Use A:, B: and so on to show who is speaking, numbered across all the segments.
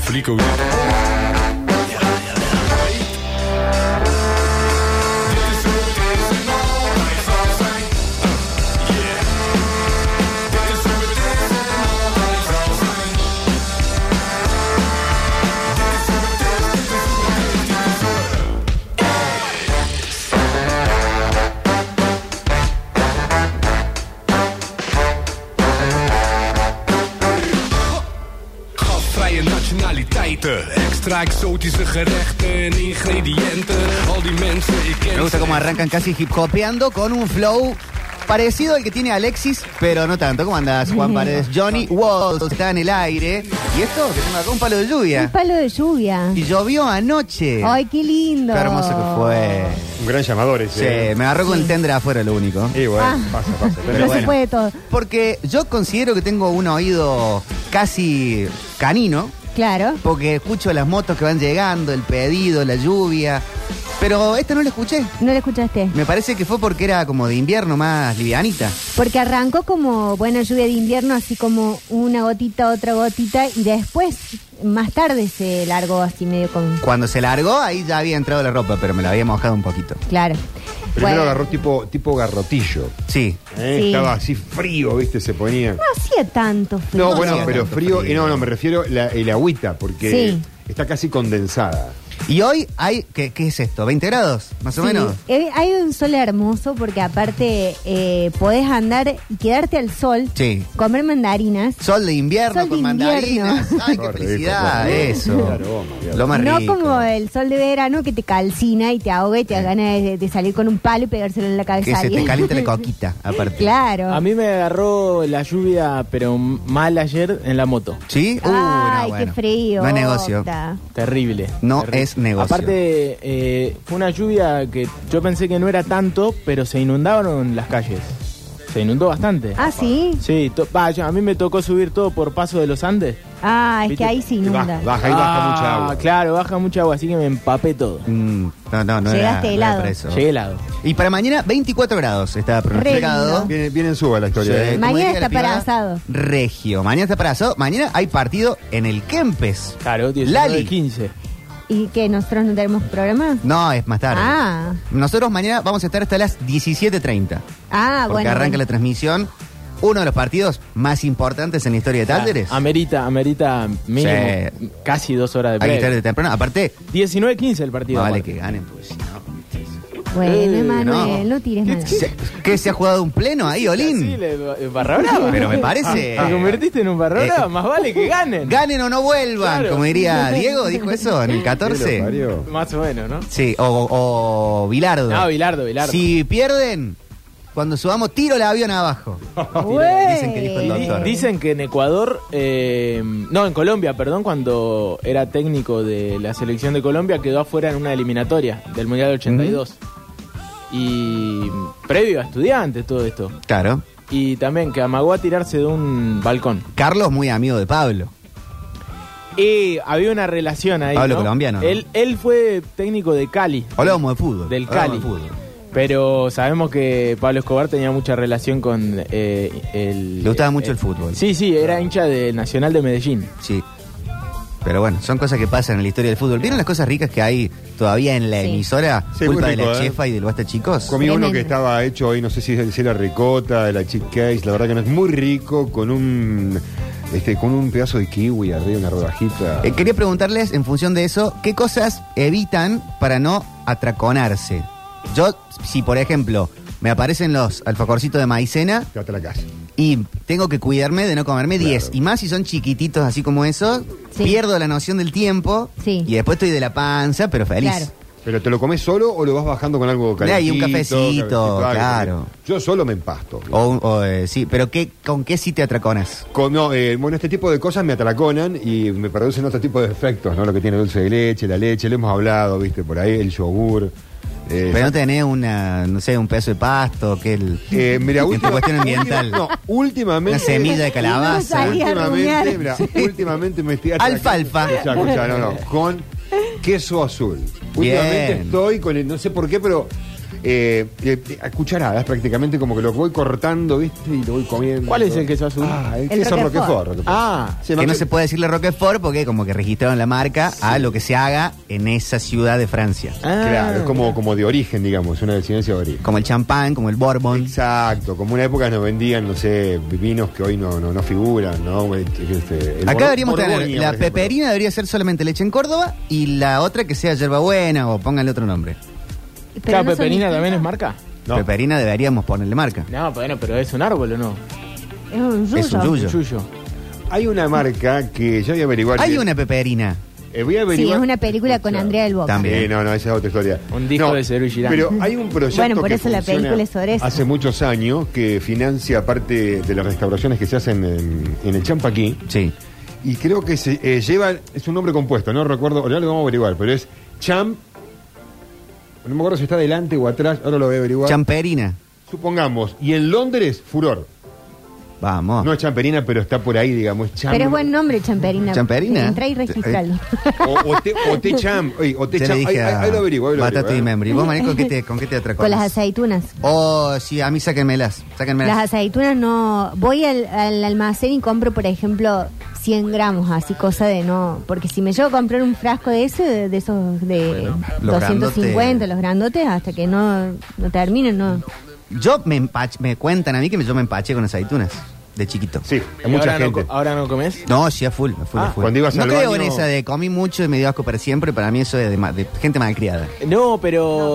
A: Flico.
B: Gastvrije nationaliteiten, extra exotische gerechten en ingrediënten. Al die mensen, ik ken
C: Me gusta
B: ze.
C: cómo arrancan casi hip hopeando con un flow parecido al que tiene Alexis, pero no tanto. ¿Cómo andás, Juan Paredes? Johnny Walls está en el aire. Y esto, que tengo acá un palo de
D: Un
C: lluvia.
D: palo de lluvia.
C: Y llovió anoche.
D: Ay, qué lindo.
C: Qué hermoso que fue.
E: Un gran llamador
C: Sí,
E: ese. eh.
C: me agarró con el tendre afuera, lo único.
E: Y bueno,
D: Ah.
E: pasa, pasa. Pero
D: no se
C: bueno.
D: puede todo.
C: Porque yo considero que tengo un oído casi canino,
D: Claro.
C: porque escucho las motos que van llegando, el pedido, la lluvia. Pero esta no la escuché.
D: No lo escuchaste.
C: Me parece que fue porque era como de invierno, más livianita.
D: Porque arrancó como, bueno, lluvia de invierno, así como una gotita, otra gotita, y después, más tarde, se largó así medio con.
C: Cuando se largó, ahí ya había entrado la ropa, pero me la había mojado un poquito.
D: Claro.
E: Primero
D: Bueno,
E: agarró tipo, tipo garrotillo.
C: Sí.
E: ¿eh?
D: Sí.
E: Estaba así frío, ¿viste? Se ponía.
D: No hacía tanto frío.
E: No,
C: no
E: bueno,
C: hacía
E: pero
C: tanto
E: frío.
C: frío.
E: Y no, no, me refiero la, el agüita, porque
D: Sí.
E: está casi condensada.
C: Y hoy hay, ¿qué, qué es esto? ¿20 grados? Más o
D: Sí,
C: menos.
D: eh, hay un sol hermoso porque aparte eh, podés andar y quedarte al sol,
C: Sí.
D: comer mandarinas,
C: Sol de invierno
D: Sol de
C: con mandarinas.
D: invierno.
C: Ay, qué
E: Claro,
C: felicidad,
E: rico, claro.
C: eso.
E: Claro, vos, María.
C: Lo más
D: No
C: rico.
D: como el sol de verano que te calcina y te ahoga y te da ganas de, de salir con un palo y pegárselo en la cabeza.
C: que
D: a
C: se te
D: alguien.
C: calienta la coquita, aparte.
D: Claro.
F: A mí me agarró la lluvia, pero mal ayer en la moto.
C: ¿Sí? Uh, no,
D: Ay,
C: bueno.
D: qué frío.
C: No es negocio.
D: Octa.
F: Terrible.
C: No
F: Terrible.
C: es negocio.
F: Aparte, eh, fue una lluvia que yo pensé que no era tanto, pero se inundaron las calles. Se inundó bastante.
D: Ah, sí.
F: Sí, to- va, yo- a mí me tocó subir todo por Paso de los Andes.
D: Ah, es que
F: Viste,
D: ahí se inunda.
E: Baja, baja y baja
F: Ah,
E: mucha agua.
F: Claro, baja mucha agua, así que me empapé todo.
C: Mm, no, no, no era,
D: Llegaste
C: no era
D: helado.
C: para eso.
F: Llegué helado.
C: Y para mañana, 24 grados está pronosticado.
D: lindo.
E: Viene, viene en suba la
C: Sí,
E: historia. ¿eh?
C: como
D: Mañana
C: diría la
D: está para
C: piba,
D: asado.
C: Regio. Mañana está para asado. Mañana hay partido en el Kempes.
F: Claro, 19,
C: Lali.
F: 15.
D: ¿Y que nosotros no tenemos programa?
C: No, es más tarde.
D: Ah.
C: Nosotros mañana vamos a estar hasta las 17.30.
D: Ah,
C: porque
D: bueno.
C: arranca
D: bueno.
C: la transmisión. Uno de los partidos más importantes en la historia de Talleres.
F: Ah, Amerita, amerita mínimo
C: Sí.
F: casi dos horas de
C: Hay que estar de
F: play.
C: temprano. Aparte,
F: 19-15 el
C: más
F: partido.
C: vale
F: aparte.
C: que ganen. Pues, si no.
D: Bueno,
F: Eh,
D: Emanuel, no, tires mal.
C: Se- ¿Qué se ha jugado un pleno ahí,
F: Sí,
C: Olin?
F: le- eh, barra brava.
C: Pero me parece.
F: Te convertiste en un barra
C: Eh,
F: brava, más vale que ganen.
C: Ganen o no vuelvan,
F: Claro.
C: como diría Diego, dijo eso en el
E: ¿Qué lo
C: 14.
E: parió?
F: Más o menos, ¿no?
C: Sí, o, o Bilardo.
F: No, Bilardo, Bilardo.
C: Si pierden, cuando subamos, tiro el avión abajo.
F: Eh.
D: Güey.
C: Dicen que dijo el
F: Y di-
C: doctor.
F: dicen que en Ecuador, eh, no, en Colombia, perdón, cuando era técnico de la selección de Colombia, quedó afuera en una eliminatoria del Mundial del 82. Y mm, previo a estudiantes, todo esto.
C: Claro.
F: Y también que amagó a tirarse de un balcón.
C: Carlos, muy amigo de Pablo.
F: Y Eh, había una relación ahí.
C: Pablo
F: ¿no?
C: colombiano, ¿no?
F: Él, él fue técnico de Cali.
C: Hablábamos de fútbol.
F: Del
C: Hablábamos
F: Cali.
C: de fútbol.
F: Pero sabemos que Pablo Escobar tenía mucha relación con eh, el...
C: Le gustaba mucho
F: eh,
C: el fútbol.
F: Sí, sí, era hincha del Nacional de Medellín.
C: Sí. Pero bueno, son cosas que pasan en la historia del fútbol. ¿Vieron las cosas ricas que hay todavía en la
D: Sí.
C: emisora?
E: Sí,
C: culpa
E: muy
C: de la
E: rico, ¿eh?
C: chefa y del basta chicos.
E: Comí uno
D: Tremendo.
E: que estaba hecho hoy, no sé si, si era ricota, de la cheesecake, la verdad que no es muy rico, con un este, con un pedazo de kiwi arriba, una rodajita.
C: Eh, quería preguntarles, en función de eso, ¿qué cosas evitan para no atraconarse? Yo, si por ejemplo, me aparecen los alfajorcitos de maicena,
E: Quédate a la calle.
C: Y tengo que cuidarme de no comerme 10. Y más si son chiquititos así como eso,
D: Sí.
C: pierdo la noción del tiempo
D: Sí.
C: y después estoy de la panza, pero feliz.
D: Claro.
E: ¿Pero te lo comes solo o lo vas bajando con algo
C: Le
E: calentito?
C: hay un cafecito,
E: algo?
C: claro.
E: Yo solo me empasto.
C: O, un- o, eh, sí, pero qué, ¿con qué sí te atraconas?
E: Con- no, eh, bueno, este tipo de cosas me atraconan y me producen otro tipo de efectos, ¿no? Lo que tiene dulce de leche, la leche, lo hemos hablado, viste, por ahí, el yogur. eh,
C: Pero no tenés una, no sé, un pedazo de pasto, que el...
E: eh, mira,
C: en tu
E: última-
C: cuestión ambiental.
E: No, últimamente.
C: Una semilla de calabaza.
D: No salía a
E: Últimamente,
D: rumiar.
E: mira,
D: Sí.
E: últimamente me estoy atracando-
C: Alfalfa.
E: Escuchá, escuchá, no, no, con queso azul. Últimamente
C: Bien.
E: estoy con el, no sé por qué, pero eh, eh, a cucharadas prácticamente como que lo voy cortando, ¿viste? Y lo voy comiendo.
F: ¿Cuál es el queso azul?
E: Ah, el,
D: El
E: queso
D: Roquefort.
E: roquefort.
F: Ah,
E: Se me
C: que no
E: hace-
C: se puede decirle Roquefort porque como que registraron la marca a lo que se haga en esa ciudad de Francia.
F: Ah.
E: Claro, es como, como de origen, digamos, una descendencia de origen.
C: Como el champán, como el bourbon.
E: Exacto, como en una época nos vendían, no sé, vinos que hoy no, no, no figuran, ¿no? Este, el
C: Acá
E: Bor-
C: deberíamos tener,
E: Borgoña,
C: la
E: por ejemplo.
C: peperina debería ser solamente leche en Córdoba y la otra que sea hierbabuena o pónganle otro nombre.
D: Pero
F: Claro,
D: no son
F: peperina también es
D: distintos.
F: marca.
E: No.
C: Peperina deberíamos ponerle marca.
F: No, bueno, pero es un árbol o no?
D: Es un yuyo.
C: Es un yuyo.
F: Un yuyo.
E: Hay una marca que yo voy a averiguar.
C: Hay
E: que-
C: una peperina.
E: eh, voy a
D: Sí,
E: averiguar-
D: es una película con
E: Claro.
D: Andrea del Boca.
C: También.
E: Eh, no, no, esa es otra historia.
F: Un disco
E: No,
F: de Serú y Girán.
E: Pero hay un proyecto
D: Bueno, por
E: que
D: eso la
E: funciona
D: película es sobre eso.
E: Hace muchos años que financia parte de las restauraciones que se hacen en, en el Champaquí.
C: Sí.
E: Y creo que se eh, lleva, es un nombre compuesto, no recuerdo, ahora lo vamos a averiguar, pero es Champ. No me acuerdo si está adelante o atrás, ahora lo voy a averiguar.
C: Champerina.
E: Supongamos, y en Londres, furor.
C: Vamos.
E: No este es champerina, pero está por ahí, digamos. es Champ.
D: Pero es buen nombre, Champerina.
C: Champerina. Eh,
D: Entra y registralo.
E: O, o te, o te champ. Oye, o te
C: Ya
E: champ.
C: le
E: Ahí,
C: dije a
E: ahí- ahí lo averiguo. ahí lo
C: Batata y
E: averiguo, ¿eh?
C: Membri. ¿Vos, Maní, con qué te, con qué te
D: con las
C: atraconas?
D: aceitunas.
C: Oh, sí, a mí sáquenmelas. Sáquenmelas.
D: Las aceitunas no. Voy al, al almacén y compro, por ejemplo, 100 gramos, así cosa de no. Porque si me llevo a comprar un frasco de ese, de, de esos de
C: los
D: 250,
C: grandotes.
D: los grandotes, hasta que no, no terminen, no.
C: Yo me empach- me cuentan a mí que yo me empaché con aceitunas de chiquito.
E: Sí, hay
F: ¿Y
E: mucha
F: ahora no
E: gente.
F: co- ¿Ahora no comes?
C: No, sí, a full, a full, a
F: Ah,
C: full.
E: cuando ibas
C: no
E: al
C: creo
E: baño-
C: en esa de comí mucho y me dio asco para siempre. Para mí eso es de, ma- de gente malcriada.
F: No,
D: No, pero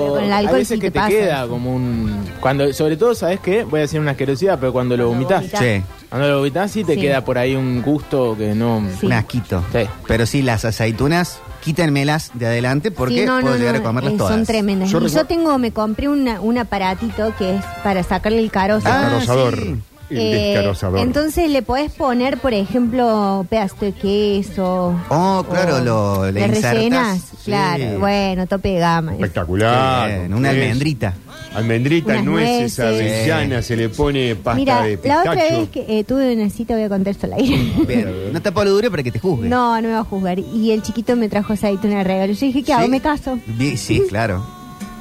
F: pero,
D: con el
F: hay
D: alcohol
F: veces
D: sí te
F: que te,
D: pasa.
F: queda como un... cuando Sobre todo, ¿sabes qué? Voy a decir una asquerosidad, pero cuando lo
D: Cuando
F: vomitas.
D: vomitas. Ya.
C: Sí,
F: Cuando lo vomitas sí te
D: Sí.
F: queda por ahí un gusto que no...
D: Sí.
C: un asquito.
F: Sí.
C: Pero sí, las aceitunas, quítenmelas de adelante porque
D: Sí, no,
C: puedo
D: no,
C: llegar
D: no,
C: a comerlas
D: eh,
C: todas.
D: Son tremendas.
E: Yo
D: y
E: recuerdo-
D: yo tengo, me compré una- un aparatito que es para sacarle el carozo.
C: Ah,
E: Descarozador.
C: sí.
E: El
D: Eh,
E: descarozador.
D: entonces le podés poner, por ejemplo, pedazo de queso.
C: Oh, claro,
D: o
C: lo- le insertas,
D: rellenas,
C: sí.
D: claro. Bueno, tope de gama. es.
E: Espectacular.
C: Bien,
E: ¿no
C: una
E: crees?
C: almendrita.
E: Almendrita,
D: Unas
E: nueces,
D: nueces.
E: avellanas, se le pone pasta
D: Mira,
E: de
D: la
E: pistacho.
D: otra vez que eh, tuve una cita, voy a contar esto al
C: Mm,
D: aire.
C: Bien, no te lo duro para que te juzgue.
D: no, no me va a juzgar. Y el chiquito me trajo aceituna de regalo. Yo dije, ¿qué hago?
C: Sí.
D: Me caso.
C: Bien, Sí, claro.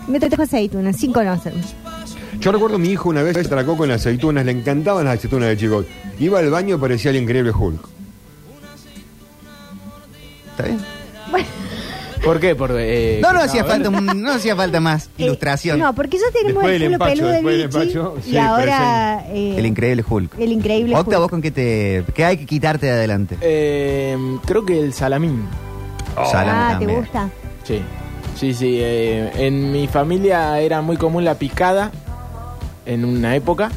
D: Me trajo aceituna, sin conocerme.
E: Yo recuerdo a mi hijo una vez se atracó con las aceitunas, le encantaban las aceitunas de chico. Iba al baño y parecía el increíble Hulk.
C: ¿Está bien?
F: ¿Por qué? Por, eh,
C: No, no
F: que-
C: hacía falta, un- no hacía falta más
D: Eh,
C: ilustración.
D: no, porque yo tenemos
E: Después
D: el
E: del
D: culo
E: empacho,
D: peludo de
E: después del
D: Vichy
E: empacho,
D: y
E: sí,
D: ahora eh,
C: El increíble Hulk.
D: el increíble
C: Octa,
D: Hulk.
C: vos con qué te. ¿Qué hay que quitarte de adelante?
F: Eh, creo que el salamín.
C: Salame
D: Ah, ¿te
C: también.
D: gusta?
F: Sí. Sí, sí. eh, en mi familia era muy común la picada en una época.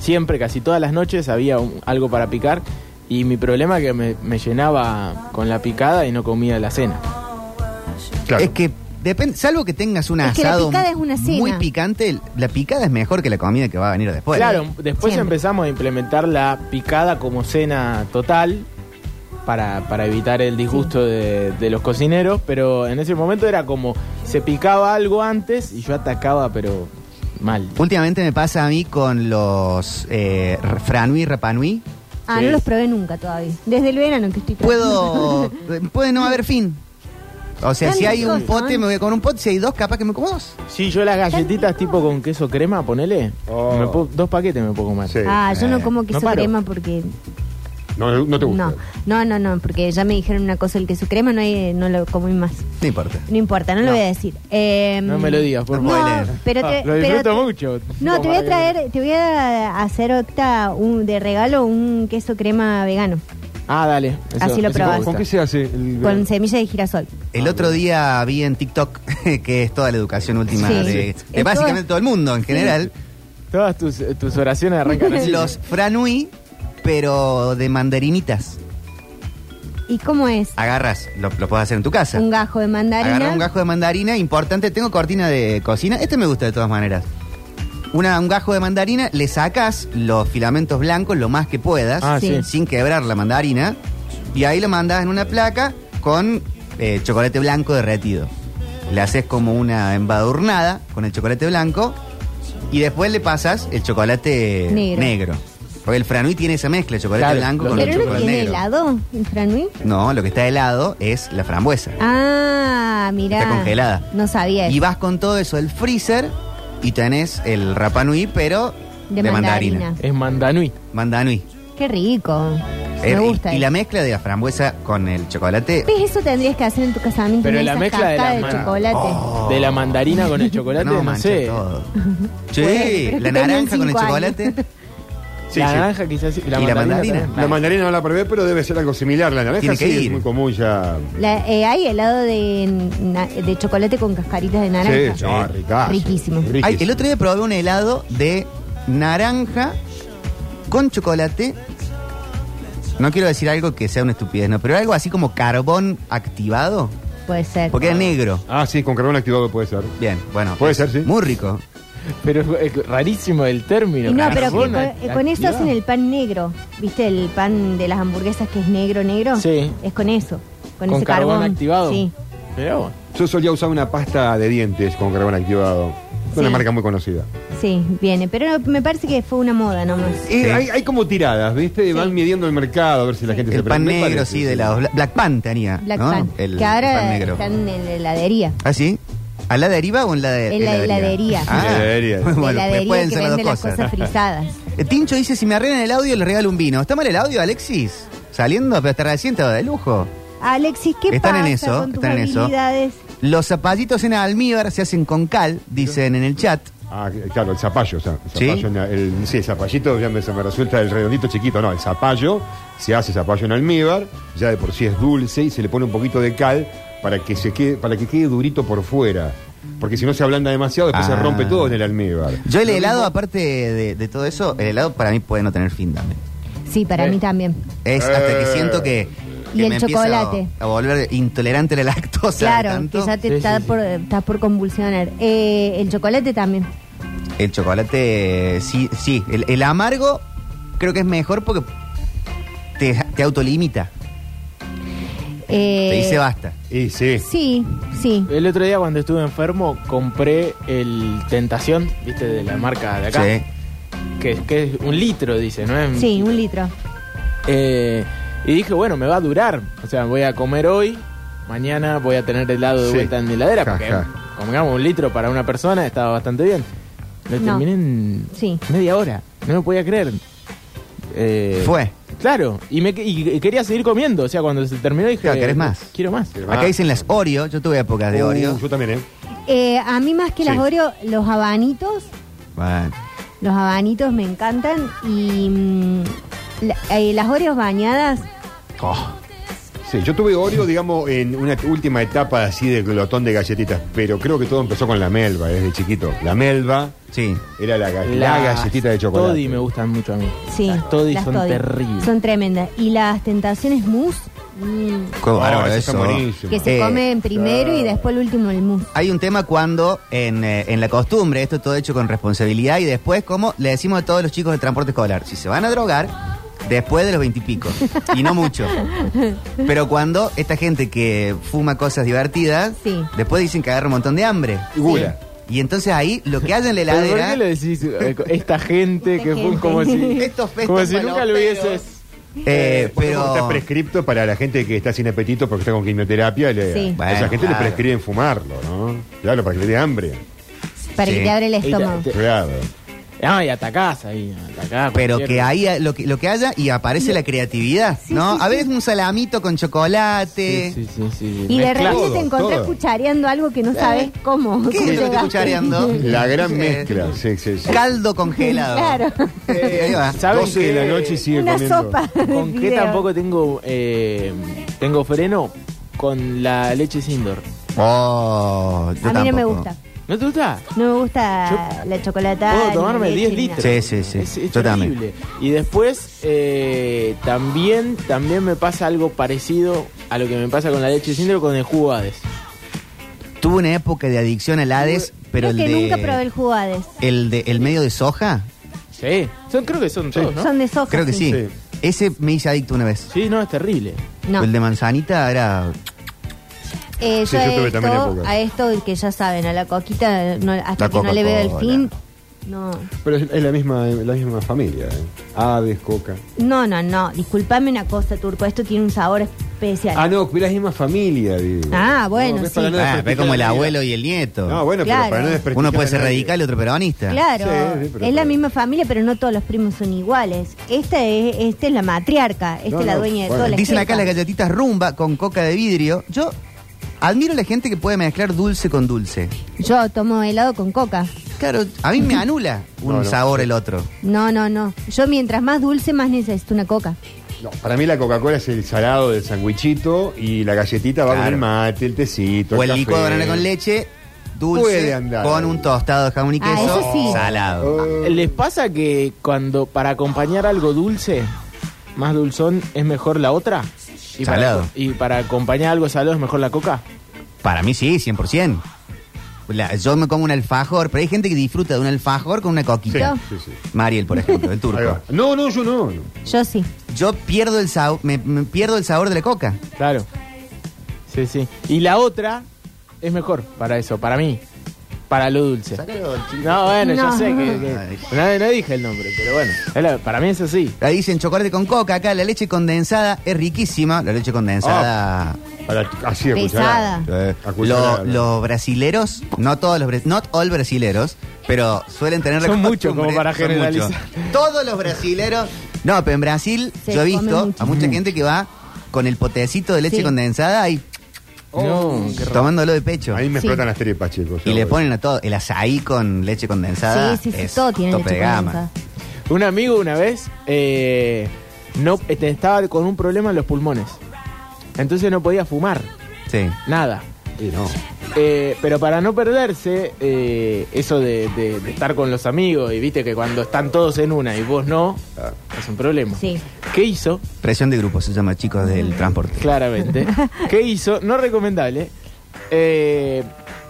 F: Siempre, casi todas las noches había un- algo para picar. Y mi problema es que me, me llenaba con la picada y no comía la cena.
E: Claro.
C: Es que depende, salvo que tengas un
D: Es que la
C: asado
D: picada es una cena.
C: muy picante, la picada es mejor que la comida que va a venir después.
F: claro, después
D: siempre.
F: empezamos a implementar la picada como cena total para, para evitar el disgusto de, de los cocineros, pero en ese momento era como se picaba algo antes y yo atacaba, pero mal.
C: Últimamente me pasa a mí con los eh, r- franui, rapanui.
D: Ah,
F: Sí.
D: no los probé nunca todavía. Desde el verano que estoy
C: Puedo, puede no haber fin. O sea,
D: Tan ¿eh?
C: si hay un
D: ricos son.
C: pote, me voy a comer un pote. Si hay dos, capaz que me como dos.
F: Sí, yo las galletitas tipo con queso crema, ponele.
E: Oh.
F: me puedo- dos paquetes me puedo comer.
E: Sí.
D: Ah, yo
C: Eh.
D: no como
F: no
D: queso
F: paro.
D: crema porque
E: No, no te gusta.
D: no, no, no, no, porque ya me dijeron una cosa el queso crema, no, hay- no lo comí más.
C: No importa.
D: No importa, no, lo voy a decir. Eh,
F: No me lo digas, por
C: No
F: favor.
C: puede leer.
D: pero te,
F: Ah, lo
D: pero
F: disfruto
D: te-
F: mucho.
D: No, te voy a traer, te voy a hacer octa un, de regalo un queso crema vegano
F: Ah, dale. eso-
D: Así lo
F: eso me
D: probás.
F: gusta.
E: ¿Con qué se hace? El...
D: con semilla de girasol.
C: El otro día vi en TikTok que es toda la educación última
D: Sí.
C: de, de
D: Entonces-
C: básicamente todo el mundo en general.
F: Todas tus, tus oraciones arrancan así.
C: Los franui, pero de mandarinitas.
D: ¿Y cómo es?
C: Agarras, lo, lo puedes hacer en tu casa.
D: Un gajo de mandarina.
C: Agarrar Ah, un gajo de mandarina, importante. Tengo cortina de cocina. Este me gusta de todas maneras. Una, un gajo de mandarina, le sacas los filamentos blancos lo más que puedas,
F: Ah, sí.
C: sin quebrar la mandarina, y ahí lo mandas en una placa con eh, chocolate blanco derretido. Le haces como una embadurnada con el chocolate blanco y después le pasas el chocolate
D: Negro.
C: negro. Porque el franui tiene esa mezcla, chocolate
F: Claro,
C: blanco
F: lo-
C: con el
D: Pero no
C: chocolate
D: tiene
C: negro.
D: helado el franui.
C: No, lo que está helado es la frambuesa.
D: Ah, mirá.
C: Está congelada.
D: No sabía.
C: Y
D: eso.
C: vas con todo eso al freezer y tenés el rapanui, pero
D: De
C: de,
D: mandarina.
C: mandarina.
F: Es mandanui.
C: Mandanui.
D: Qué rico.
C: Eh,
D: Me gusta.
C: y, y
D: eso.
C: la mezcla de la frambuesa con el chocolate.
D: ¿Ves? Eso tendrías que hacer en tu casamiento.
F: Pero
D: una
F: la
D: esas
F: mezcla de la
D: cascadas
F: mano.
D: chocolate.
C: Oh.
F: De
E: Oh.
F: la mandarina con el chocolate, no,
C: no, mancha
F: sé.
C: todo.
D: Bueno,
C: Sí,
D: pero es que
C: la
D: tengo
C: naranja con el
D: cinco años.
C: chocolate.
E: Sí,
F: la
E: sí.
F: naranja quizás sí. La
C: Y la
F: mandarina.
C: mandarina.
F: también.
E: La mandarina no la probé, pero debe ser algo similar. La naranja
C: Tiene que
E: sí, es
C: ir.
E: muy común ya.
D: La- eh, hay helado de, na- de chocolate con cascaritas de naranja.
E: Sí, no, ricazo.
D: Riquísimo.
E: Riquísimo.
C: Ay, el otro día probé un helado de naranja con chocolate. No quiero decir algo que sea una estupidez, no, pero algo así como carbón activado,
D: Puede ser.
C: porque era negro.
E: Ah, sí, con carbón activado puede ser.
C: Bien, bueno.
E: Puede ser, sí.
C: Muy rico.
F: Pero es eh, rarísimo el término.
D: Y no, pero que con,
F: Carbona,
D: eh, con eso
F: activado.
D: hacen el pan negro. ¿Viste el pan de las hamburguesas que es negro, negro?
F: Sí.
D: Es con eso. Con,
F: Con
D: ese
F: carbón
D: carbón.
F: activado.
D: Sí.
F: Mirá vos.
E: Yo solía usar una pasta de dientes con carbón activado. Es Una
D: Sí.
E: marca muy conocida.
D: Sí, viene. Pero me parece que fue una moda nomás.
E: Eh, hay, hay como tiradas, ¿viste? Van midiendo el mercado a ver si la gente se
C: El pan
E: prende. Me
C: negro,
E: parece,
C: sí, de la Black Pan tenía.
D: Black
C: ¿no?
D: pan.
C: El,
D: que ahora
C: el pan negro.
D: están en la heladería.
C: ¿Ah, sí? ¿A la deriva o en la de
D: En la heladería.
C: Ah,
E: En la heladería.
C: Bueno,
D: la
C: me
D: heladería
C: pueden
D: que
C: ser las
D: vende
C: dos
D: las
C: cosas.
D: cosas frisadas.
C: Eh, Tincho dice, si me arreglan el audio, le regalo un vino. ¿Está mal el audio, Alexis? Saliendo, pero está recién estaba de lujo.
D: Alexis, ¿qué
C: Están en
D: pasa
C: eso,
D: con tus
C: están en eso.
D: habilidades?
C: Los zapallitos en almíbar se hacen con cal, dicen en el chat.
E: Ah, claro, el zapallo. o sea, el
C: ¿Sí?
E: zapallo en la- el, sí, el zapallito ya me, se me resulta el redondito chiquito. No, el zapallo se hace zapallo en almíbar, ya de por sí es dulce y se le pone un poquito de cal para que, se quede, para que quede durito por fuera. Porque si no se ablanda demasiado, después
C: Ah.
E: se rompe todo en el almíbar.
C: Yo el helado, aparte de, de todo eso, el helado para mí puede no tener fin también.
D: Sí, para
F: Eh.
D: mí también.
C: Es hasta que siento que...
D: Eh. Y
C: que
D: el
C: me empiezo
D: chocolate.
C: A, a volver intolerante a la lactosa. de
D: Claro,
C: tanto.
D: que ya te
F: Sí,
D: está
F: sí, sí.
D: por, estás por convulsionar. Eh, el chocolate también.
C: El chocolate, eh, sí, sí. El, el amargo creo que es mejor porque te, te autolimita.
D: Eh,
C: te dice basta.
E: Y sí.
D: Sí, sí.
F: El otro día cuando estuve enfermo compré el Tentación, viste, de la marca de acá.
C: Sí.
F: Que, que es un litro, dice, ¿no? Es-
D: Sí, un litro.
F: Eh, y dije, bueno, me va a durar. O sea, voy a comer hoy, mañana voy a tener helado de
E: Sí.
F: vuelta en mi heladera.
E: Ja,
F: porque
E: ja.
F: comíamos un litro para una persona, estaba bastante bien. Lo
D: No.
F: terminé en
D: Sí.
F: media hora. No me podía creer. Eh,
C: Fue.
F: Claro, y, me, que- y quería seguir comiendo. O sea, cuando se terminó dije...
C: Claro, ¿querés más? Ah,
F: Quiero más.
C: Acá dicen las Oreo. Yo tuve épocas de
E: Uh,
C: Oreo.
E: yo también, ¿eh?
D: Eh, a mí más que las
E: Sí.
D: Oreo, los habanitos,
C: Bueno.
D: los habanitos me encantan y mm, la- eh, las Oreos bañadas,
E: Oh. Sí, yo tuve Oreo, digamos, en una última etapa así de glotón de galletitas, pero creo que todo empezó con la melva desde chiquito. La melva
C: Sí.
E: era la, ga- la galletita de chocolate.
F: Toddy me gustan mucho a mí.
D: sí.
F: Las Toddy son
D: Toddy.
F: terribles.
D: Son tremendas. Y las tentaciones mousse, mm,
C: Qué bárbaro
E: eso está
C: Oh, eso.
E: buenísimo.
D: que se
C: Eh,
D: comen primero y después el último el mousse.
C: Hay un tema cuando en, eh, en la costumbre, esto todo hecho con responsabilidad y después, como le decimos a todos los chicos de transporte escolar, si se van a drogar, después de los veintipicos. Y, no mucho. Pero cuando esta gente que fuma cosas divertidas,
D: Sí.
C: después dicen que agarra un montón de hambre.
E: Y gula.
C: Y entonces ahí lo que hay en la
F: ¿Pero ¿Por
C: heladera.
F: qué le decís eh, esta gente
D: Esta
F: que fue
D: gente.
F: como si,
C: Estos festos
F: como si nunca lo
C: paloperos.
F: hubieses...
C: eh,
E: Porque Está
C: pero.
E: prescripto para la gente que está sin apetito porque está con quimioterapia. Le,
D: Sí.
E: a esa
C: Bueno,
E: gente
C: claro.
E: le prescriben fumarlo, ¿no? Claro, para que le dé hambre.
D: Para
C: Sí.
D: que te abre el
F: te-
D: estómago.
F: te-
E: Claro.
F: Ah, y atacás ahí, atacás.
C: Pero
F: cualquier-
C: que ahí lo que, lo que haya y aparece la creatividad, ¿no? a veces un salamito con chocolate.
F: Sí, sí, sí, sí, sí.
D: Y de
F: Mezcla-
D: repente
E: todo,
D: te encontrás
E: todo.
D: cuchareando algo que no sabes cómo.
C: Eh. ¿Qué
D: cómo
C: es lo que estoy
D: llegaste.
C: cuchareando?
E: La gran
C: Sí.
E: mezcla. Sí, sí, sí.
C: Caldo congelado.
D: Claro.
C: Ahí va.
F: ¿Saben
E: 12 de
F: qué?
E: la noche y sigue
D: Una
E: comiendo.
D: sopa. de
F: ¿Con qué
D: fideo.
F: tampoco tengo eh, tengo freno? Con la leche Sindor.
C: Oh, yo
D: A mí no me
C: Oh, tampoco.
D: gusta.
F: ¿No te gusta?
D: No me gusta
F: Yo-
D: la chocolatada.
F: Puedo
D: ni
F: tomarme
D: la leche
F: 10
D: ni
F: litros.
D: nada.
C: Sí, sí, sí.
F: Es, es
C: Yo también.
F: horrible. Y después eh, también, también me pasa algo parecido a lo que me pasa con la leche sin con el jugo Hades.
C: Tuve una época de adicción al Hades, pero
D: Creo
C: el
D: que
C: de,
D: nunca probé el jugo Hades.
C: el de el medio de soja,
F: Sí. Son, creo que son todos, ¿no?
D: Son de soja.
C: creo que sí.
E: Sí.
C: Ese me hice adicto una vez.
F: Sí, no, es terrible.
D: No.
C: El de manzanita era
D: Eh,
E: Sí,
D: yo
E: yo
D: a
E: tuve
D: esto-
E: también época.
D: a esto que ya saben, a la coquita, no- hasta
C: La
D: que no le veo el
C: Coca-Cola.
D: fin. No.
E: Pero es, es la misma la misma familia. ¿eh? Aves, coca.
D: no, no, no. Disculpame una cosa, Turco. Esto tiene un sabor especial.
E: Ah, no, pero es la misma familia, digo.
D: Ah, bueno,
E: ves,
D: sí.
E: para no
C: Ah,
E: desprestigiar
C: ve como el
E: a nadie.
C: abuelo y el nieto.
E: No, bueno,
D: Claro.
E: pero para no desprestigiar
C: Uno puede ser
E: a nadie.
C: radical y otro peronista.
D: Claro,
E: Sí, sí, pero-
D: es la misma familia, pero no todos los primos son iguales. Esta es, esta es la matriarca, esta
E: No,
D: es la
E: no,
D: dueña de
E: bueno.
D: todas las
C: Dicen acá las
D: fiestas.
C: galletitas rumba con coca de vidrio. Yo admiro a la gente que puede mezclar dulce con dulce.
D: Yo tomo helado con coca.
C: Claro, a mí me anula un
E: No, no.
C: sabor el otro.
D: No, no, no. Yo mientras más dulce, más necesito una coca.
E: No, para mí la Coca-Cola es el salado del sandwichito y la galletita va con
C: Claro.
E: el mate, el tecito.
C: O el
E: café.
C: licuado de banana con leche, dulce
E: Puede andar.
C: con un tostado de jamón y
D: Ah,
C: queso
D: eso sí.
C: salado.
E: Oh.
F: ¿Les pasa que cuando para acompañar algo dulce, más dulzón, es mejor la otra? Y
C: Salado.
F: Para, y para acompañar algo salado es mejor la coca.
C: Para mí sí, 100%. La- yo me como un alfajor, pero hay gente que disfruta de un alfajor con una coquita.
E: Sí, sí, sí.
C: Mariel, por ejemplo, el
E: Ahí
C: turco.
E: va. No, no, yo no. no.
D: Yo sí.
C: Yo pierdo el sabor, me, me pierdo el sabor de la coca.
F: Claro. Sí, sí. Y la otra es mejor para eso, para mí. Para lo dulce. No, bueno,
D: No.
F: yo sé que.
C: Ay.
F: que- no, no dije el nombre, pero bueno. es la- Para mí es así.
C: Ahí dicen chocolate con coca, acá la leche condensada es riquísima. La leche
E: Ah.
C: condensada.
E: Para- así de
D: Pesada.
E: cucharada.
C: eh,
E: A cucharada.
C: lo- los brasileros, no todos los bra- not all brasileros, pero suelen tener la
F: Son
C: costumbre-
F: muchos como para
C: son
F: generalizar.
C: muchos. Todos los brasileros. No, pero en Brasil
D: Se
C: yo he
D: come
C: visto
D: mucho.
C: a mucha gente que va con el potecito de leche
D: Sí.
C: condensada y Oh,
F: no, qué raro.
C: tomándolo de pecho.
E: A mí me
D: Sí.
E: explotan las tripas, chicos.
C: Y le ponen a todo el azaí con leche condensada.
D: sí, sí, sí.
C: Ah, es
D: Todo tiene
C: tope
D: leche
C: de gama.
D: condensada.
F: Un amigo una vez eh, no, este, estaba con un problema en los pulmones. Entonces no podía fumar,
C: Sí.
F: nada.
E: Y no.
F: Eh, pero para no perderse, eh, eso de, de- de estar con los amigos y viste que cuando están todos en una y vos no,
E: Ah.
F: es un problema.
D: Sí.
F: ¿Qué hizo?
C: Presión de grupo se llama, chicos del transporte.
F: Claramente. ¿Qué hizo? No recomendable. Eh,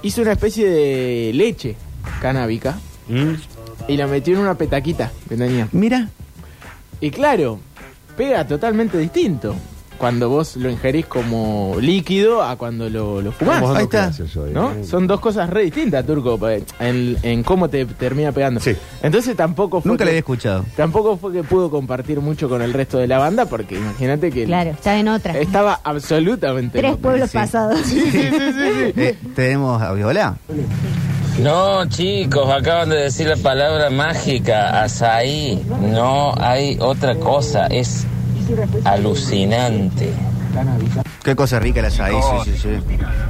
F: hizo una especie de leche canábica
E: Mm.
F: y la metió en una petaquita que tenía.
C: Mira,
F: Y claro, pega totalmente distinto cuando vos lo ingerís como líquido a cuando lo, lo fumás.
E: Estamos dando
C: Ah, ahí está.
E: clases hoy,
F: ¿No?
E: ¿eh?
F: Son dos cosas re distintas, Turco, pa- en, en cómo te termina pegando.
E: Sí.
F: Entonces tampoco fue
C: nunca
F: que-
C: la había escuchado.
F: Tampoco fue que pudo compartir mucho con el resto de la banda, porque imagínate que
D: Claro, está en otra.
F: estaba absolutamente
D: Tres pueblos
C: sí.
D: pasados.
C: Eh, tenemos audio, hola.
G: No, chicos, acaban de decir la palabra mágica, azaí. No hay otra cosa, es alucinante.
C: Qué cosa rica el azaí, sí, sí, sí.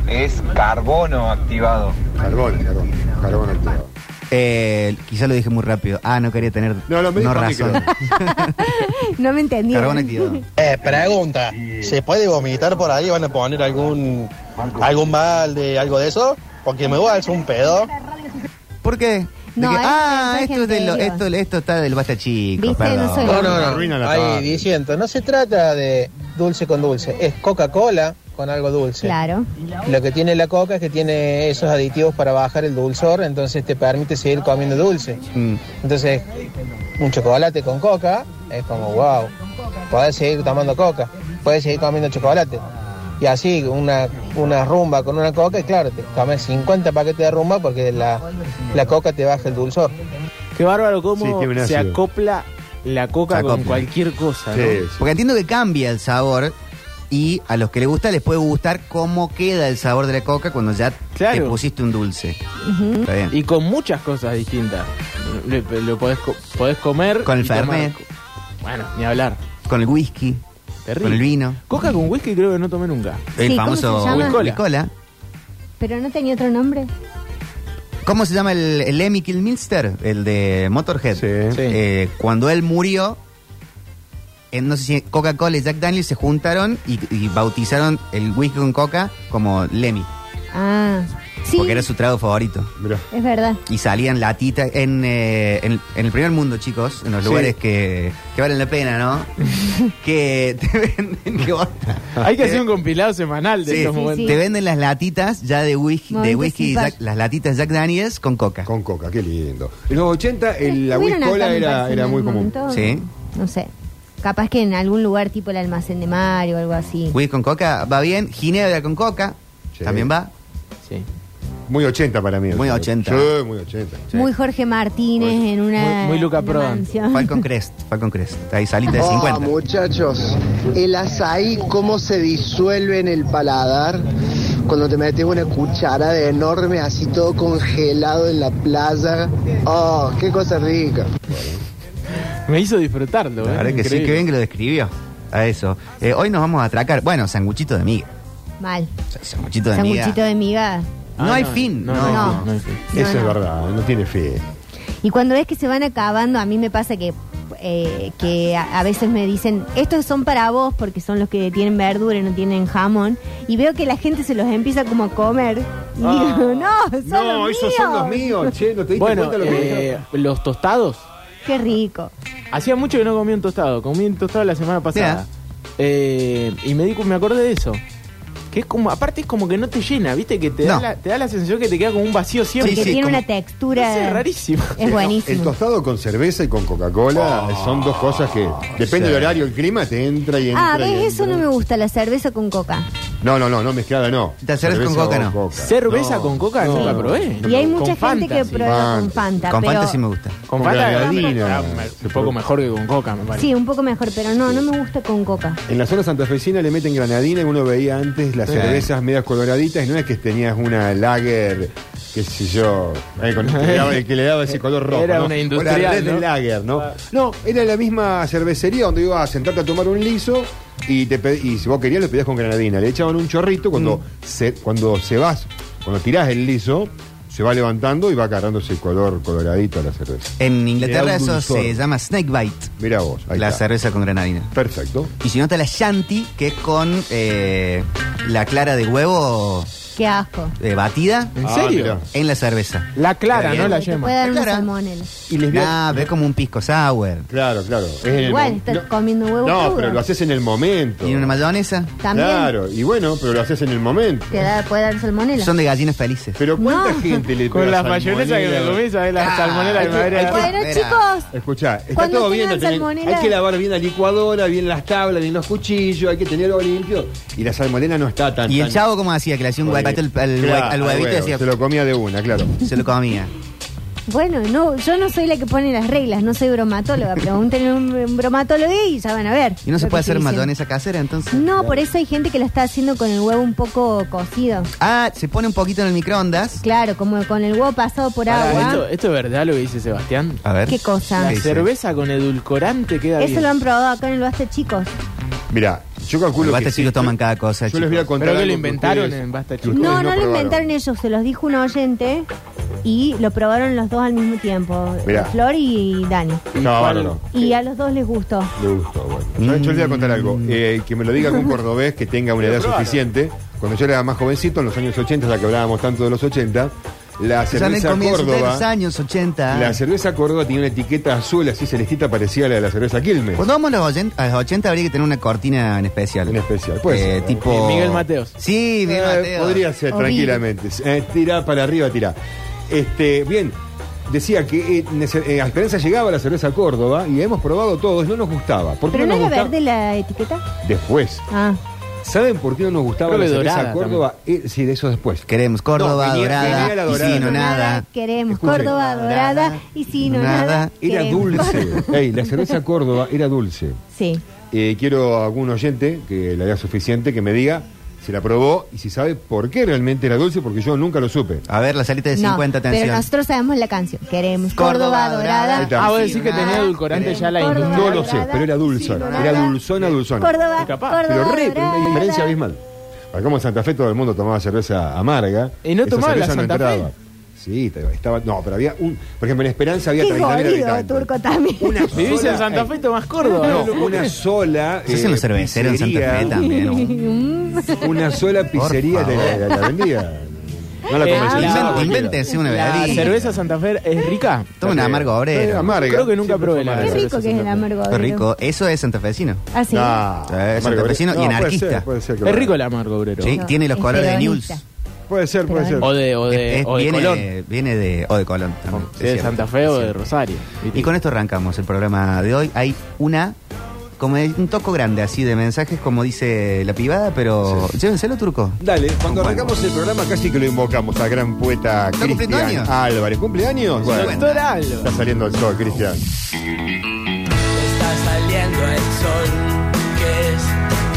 H: Es carbono activado.
E: Carbón, carbón. Carbón activado.
C: Eh, quizá lo dije muy rápido. Ah, no quería tener
E: No, lo me dijo Miki,
C: razón.
D: no me entendí.
C: Carbón activado.
I: Eh, pregunta, ¿se puede vomitar por ahí? ¿Van a poner algún algún balde, algo de eso? Porque me voy a hacer un pedo.
C: ¿Por qué? De
D: No,
C: que-
D: es un
C: ah,
D: mensaje
C: esto, es de
D: en
C: lo-
D: serio.
C: esto, esto está del basta chico.
D: Viste,
C: perdón.
D: no soy-
I: No, no,
E: Arruina
I: no.
E: la
I: Ahí
E: tarde.
I: diciendo, no se trata de dulce con dulce, es Coca-Cola con algo dulce.
D: Claro.
I: Lo que tiene la coca es que tiene esos aditivos para bajar el dulzor, entonces te permite seguir comiendo dulce.
C: Mm.
I: Entonces, un chocolate con coca es como, wow, podés seguir tomando coca, podés seguir comiendo chocolate. Y así, una, una rumba con una coca, y claro, te comes 50 paquetes de rumba porque la, la coca te baja el dulzor.
F: Qué bárbaro
E: Sí,
F: cómo
E: qué bien
F: se
E: ácido.
F: acopla la coca
C: Se
F: con
C: acopla.
F: cualquier cosa, ¿no?
E: Sí, sí.
C: Porque entiendo que cambia el sabor y a los que les gusta les puede gustar cómo queda el sabor de la coca cuando ya te
F: Claro.
C: pusiste un dulce. Está bien.
F: Y con muchas cosas distintas. Lo, lo podés, co- podés comer.
C: Con el
F: y tomar-
C: Fernet.
F: Bueno, ni hablar.
C: Con el whisky,
F: Terrible.
C: con el vino,
F: Coca con whisky creo que no tomé nunca.
C: el
D: Sí, ¿cómo
C: famoso
D: se llama?
C: whisky
F: Cola.
C: cola.
D: Pero no tenía otro nombre.
C: ¿Cómo se llama el, el Lemmy Kilminster? El de Motorhead.
E: Sí.
F: Sí.
C: Eh, cuando él murió, en, no sé si Coca-Cola y Jack Daniels se juntaron y, y bautizaron el whisky con coca como Lemmy.
D: Ah, Sí.
C: Porque era su trago favorito.
D: Es verdad.
C: Y salían latitas en, eh, en, en el primer mundo, chicos, en los
E: Sí.
C: lugares que, que valen la pena, ¿no? que te venden que vos-
F: Hay que hacer un compilado semanal de
C: Sí,
F: estos momentos.
C: Te venden las latitas ya de whisky, de
F: Momentos
C: whisky
F: sin
C: Jack- las latitas Jack Daniels con coca.
E: Con coca, qué lindo. En los 80 el, la
D: ¿Estuvieron acá,
E: whiskola
D: me
E: era,
D: parece,
E: era
D: en
E: muy
D: algún
E: común.
D: momento?
C: Sí.
D: No sé. Capaz que en algún lugar tipo el almacén de Mario o algo así.
C: Whisky con coca va bien. Ginebra con coca
E: Sí.
C: también va.
F: Sí.
E: Muy 80 para mí.
C: Muy 80.
E: Sí, muy 80.
D: Muy Jorge Martínez
E: Pues,
D: en una. una mansión.
C: Falcon Crest, Falcon Crest. Ahí salita
F: Ah,
C: de
J: Oh,
C: 50.
J: muchachos, el azaí, cómo se disuelve en el paladar cuando te metes una cuchara de enorme, así todo congelado en la playa. Oh, qué cosa rica.
F: Me hizo disfrutarlo,
C: La
F: ¿eh?
C: verdad que sí,
F: Increíble.
C: qué bien que lo describió. A eso. Eh, hoy nos vamos a atracar. Bueno, sanguchito de miga.
D: Mal.
C: Sanguchito de miga.
D: Sanguchito de miga.
C: No hay fin.
F: Ah, No, no,
D: No.
F: no hay fin.
D: No,
E: Eso
D: no.
E: es verdad, no tiene fe.
D: Y cuando ves que se van acabando, a mí me pasa que, eh, que a, a veces me dicen, estos son para vos porque son los que tienen verdura y no tienen jamón. Y veo que la gente se los empieza como a comer. Y
E: Ah.
D: digo, no, son
E: No,
D: los
E: esos son los míos, che, no te diste
F: Bueno,
E: cuenta lo que
F: eh, los tostados.
D: Qué rico.
F: Hacía mucho que no comía un tostado. Comí un tostado la semana pasada. Eh, y me, di, cu- me acordé de eso. Que es como, aparte es como que no te llena, ¿viste? Que te, da,
E: No.
F: la, te da la sensación que te queda como un vacío siempre.
D: Porque tiene una textura.
F: No sé, rarísimo.
D: Es
E: El
D: buenísimo.
E: tostado con cerveza y con Coca-Cola son dos cosas que, depende
C: sí.
E: del horario, el clima te entra y entra.
D: Ah,
E: y
D: ¿ves?
E: entra.
D: Eso no me gusta, la cerveza con coca.
E: No, no, no, no mezclada, no.
C: Te haces con coca, no.
F: Cerveza con coca nunca probé.
D: Y hay
F: Con
D: mucha gente
F: Fanta,
D: que
F: sí.
D: prueba con Fanta.
C: Con
D: pero,
C: Fanta sí me gusta.
F: Con
E: Con
F: Fanta
E: granadina.
F: ah, un poco mejor que con coca, me parece.
D: Sí, un poco mejor, pero no, no me gusta con coca.
E: En la zona santafesina le meten granadina y uno veía antes las
C: Sí.
E: cervezas medias coloraditas y no es que tenías una lager, qué sé yo, eh, con- que, le daba, que le daba ese color rojo.
F: Era
E: ¿no?
F: una
E: O la
F: industrial,
E: Red
F: ¿no?
E: lager, ¿no? No, era la misma cervecería donde ibas a sentarte a tomar un liso y, te pe- y si vos querías lo pedías con granadina. Le echaban un chorrito cuando,
F: Mm.
E: se, cuando se vas, cuando tirás el liso, se va levantando y va agarrando ese color coloradito a la cerveza.
C: En
E: Le
C: Inglaterra
E: da un
C: eso
E: dulzor.
C: se llama snake bite.
E: Mira vos, ahí
C: la
E: está.
C: cerveza con granadina.
E: Perfecto.
C: Y si no está la shanty, que es con eh, la clara de huevo
D: Qué asco.
C: eh, batida.
F: ¿En serio?
C: Ah, mirá. en la cerveza.
F: La clara,
C: Está
F: ¿no?
C: bien.
F: La
D: Te
F: yema.
D: puede dar unos
C: Clara.
D: salmones.
E: Y les voy a-
C: Nah, ve como un pisco sour.
E: Claro, claro. Es en el
D: Igual,
E: mo-
D: estás
E: no-
D: comiendo huevo
E: No,
D: crudo.
E: pero lo haces en el momento.
C: ¿Y una mayonesa?
D: También
E: Claro, y bueno, pero lo haces en el momento.
D: te da- puede dar salmonela.
C: Son de gallinas felices.
E: Pero ¿cuánta
D: No.
E: gente le
F: Con
E: pega
F: la mayonesa que ah. me
E: salmonela?
F: comí, ¿sabes? La salmonela que me
E: hay que-
F: habría-
D: Bueno,
C: Espera.
D: chicos,
E: Escuchá, está
D: Cuando
E: todo bien,
D: tengan
E: lo tenés-
D: salmonela-
E: hay que lavar bien la licuadora, bien las tablas, bien los cuchillos, hay que tenerlo limpio. Y la salmonela no está tan.
C: ¿Y el
E: tan-
C: chavo cómo hacía? Que le hacía un
E: Claro,
C: huevito al, al hue- al
E: al
C: huevito y
E: huevo,
C: decía,
E: Se lo comía de una, claro.
C: se lo comía.
D: Bueno, no, yo no soy la que pone las reglas, no soy bromatóloga. Pregunten a un, un bromatólogo y ya van a ver.
C: ¿Y no se
D: lo
C: puede hacer
D: que estoy diciendo.
C: mayonesa casera entonces?
D: No, por eso hay gente que la está haciendo con el huevo un poco cocido.
C: Ah, se pone un poquito en el microondas.
D: Claro, como con el huevo pasado por
F: Pará,
D: agua.
F: esto, esto es verdad lo que dice Sebastián.
C: A ver.
D: ¿Qué cosa?
F: La
C: ¿Qué dice?
F: cerveza con edulcorante queda
D: Eso
F: bien.
D: Ah. lo han probado acá en el Basta Chicos.
E: Mira, yo calculo
C: Los
E: que.
C: chicos
E: sí.
C: toman cada cosa,
E: Yo les voy a
C: chicos.
E: contar.
F: Pero que
E: algo
F: lo inventaron
E: ustedes-
F: en Basta
E: que
F: Chicos.
E: ustedes
D: No, no, lo
E: probaron.
D: inventaron ellos, se los dijo un oyente y lo probaron los dos al mismo tiempo,
E: Mirá.
D: Flor y Dani.
E: No, no, no.
D: Y a los dos les gustó.
E: Le gustó, bueno. Yo, yo les voy a contar algo. Eh, que me lo diga algún cordobés que tenga una edad suficiente. Cuando yo era más jovencito, en los años 80, ya que hablábamos tanto de los 80, la
C: Ya en el
E: cerveza
C: comienzo de los
E: Córdoba.
C: años 80.
E: La cerveza Córdoba tenía una etiqueta azul, así celestita, parecida a la de la cerveza Quilmes.
C: Cuando vamos a los, oyen- a los 80 habría que tener una cortina en especial.
E: En especial, pues.
C: Eh, tipo...
F: Miguel Mateos.
C: Sí, Miguel
E: Eh,
C: Mateos.
E: podría ser,
D: Horrible.
E: tranquilamente. Eh, tira para arriba, tira. Este, bien, decía que eh, nece- eh, a Esperanza llegaba la cerveza Córdoba y hemos probado todos, no nos gustaba. ¿Por qué
D: Pero no era
E: no nos gustaba?
D: verde la etiqueta.
E: Después.
D: Ah,
E: ¿Saben por qué no nos gustaba
F: Creo
E: la
F: que
E: cerveza
F: dorada
E: Córdoba? Eh, sí, de eso después.
C: Queremos Córdoba,
E: No, venía-
C: Dorada,
E: venía la dorada.
C: Piscino, nada.
D: Queremos
E: Escuchen.
D: Córdoba dorada y si no nada.
C: Nada.
E: Era
D: queremos.
E: dulce. Ey, la cerveza Córdoba era dulce.
D: Sí.
E: Eh, quiero a algún oyente que la haya suficiente que me diga si la probó y si sabe por qué realmente era dulce, porque yo nunca lo supe.
C: A ver, la salita de
D: No,
C: 50, atención.
D: pero nosotros sabemos la canción. Queremos Córdoba, dorada.
E: está.
F: Ah, vos decís que
C: Nada.
F: tenía edulcorante ya la
D: Córdoba.
F: industria.
E: No lo sé,
D: dorada,
E: pero era dulzona.
D: sí,
E: era
D: dorada.
E: dulzona, dulzona.
D: Córdoba,
F: Capaz.
D: Córdoba
E: pero re, pero
D: dorada.
E: una diferencia abismal. Acá como en Santa Fe todo el mundo tomaba cerveza amarga.
F: ¿Y no
E: esa
F: tomaba la
E: cerveza
F: Santa Fe?
E: Sí, te- estaba. No, pero había un. Por ejemplo, en Esperanza había
D: Qué
E: 30.000
D: jodido,
E: habitantes.
D: turco, también.
E: Una
F: Vivís en
E: sola- eh,
F: Santa Fe y tomás Córdoba.
E: No,
F: ¿no?
E: una sola. eh,
C: Se hacen los cerveceros en Santa
E: pizzería-
C: Fe también.
E: Una sola
C: Por
E: pizzería de la,
C: favor.
E: la- la vendía. No la
F: Eh,
C: ah,
E: comercializan
F: la-
E: cualquiera.
C: invéntense una
F: La
C: bebida.
F: cerveza Santa Fe es rica.
C: Toma una amargo
E: Eh,
C: obrero.
E: amarga.
F: Creo que nunca probé la
D: Qué
F: cerveza
D: rico que es el
F: Santa Fe.
D: amargo.
C: Qué rico. Eso es santafesino.
D: Así.
E: Ah,
C: Sí, Eh, es
E: amargo,
C: santafesino
E: no,
C: y
E: puede
C: anarquista.
E: ser, puede ser que lo
F: Es
E: haga.
F: rico el amargo, obrero.
C: Sí, eh, tiene los
D: Es
C: colores de News.
D: peronista.
E: Puede ser, puede ser.
F: O de, o de,
C: Es- es-
F: o de
C: viene,
F: Colón.
C: viene de o de Colón. también,
F: Sí,
C: es
F: de
C: cierto,
F: Santa Fe o
C: es
F: de
C: cierto.
F: Rosario.
C: Y con esto arrancamos el programa de hoy. Hay una, como de- un toco grande así de mensajes, como dice la pivada, pero llévenselo, turco.
E: Dale,
C: Bueno.
E: cuando arrancamos el programa casi que lo invocamos al gran poeta
C: ¿Está cumpliendo
E: Cristian
C: años?
E: Álvarez. ¿Cumpleaños? Bueno,
F: Doctor Alba.
E: está saliendo el sol, Cristian.
K: Está saliendo el sol, que es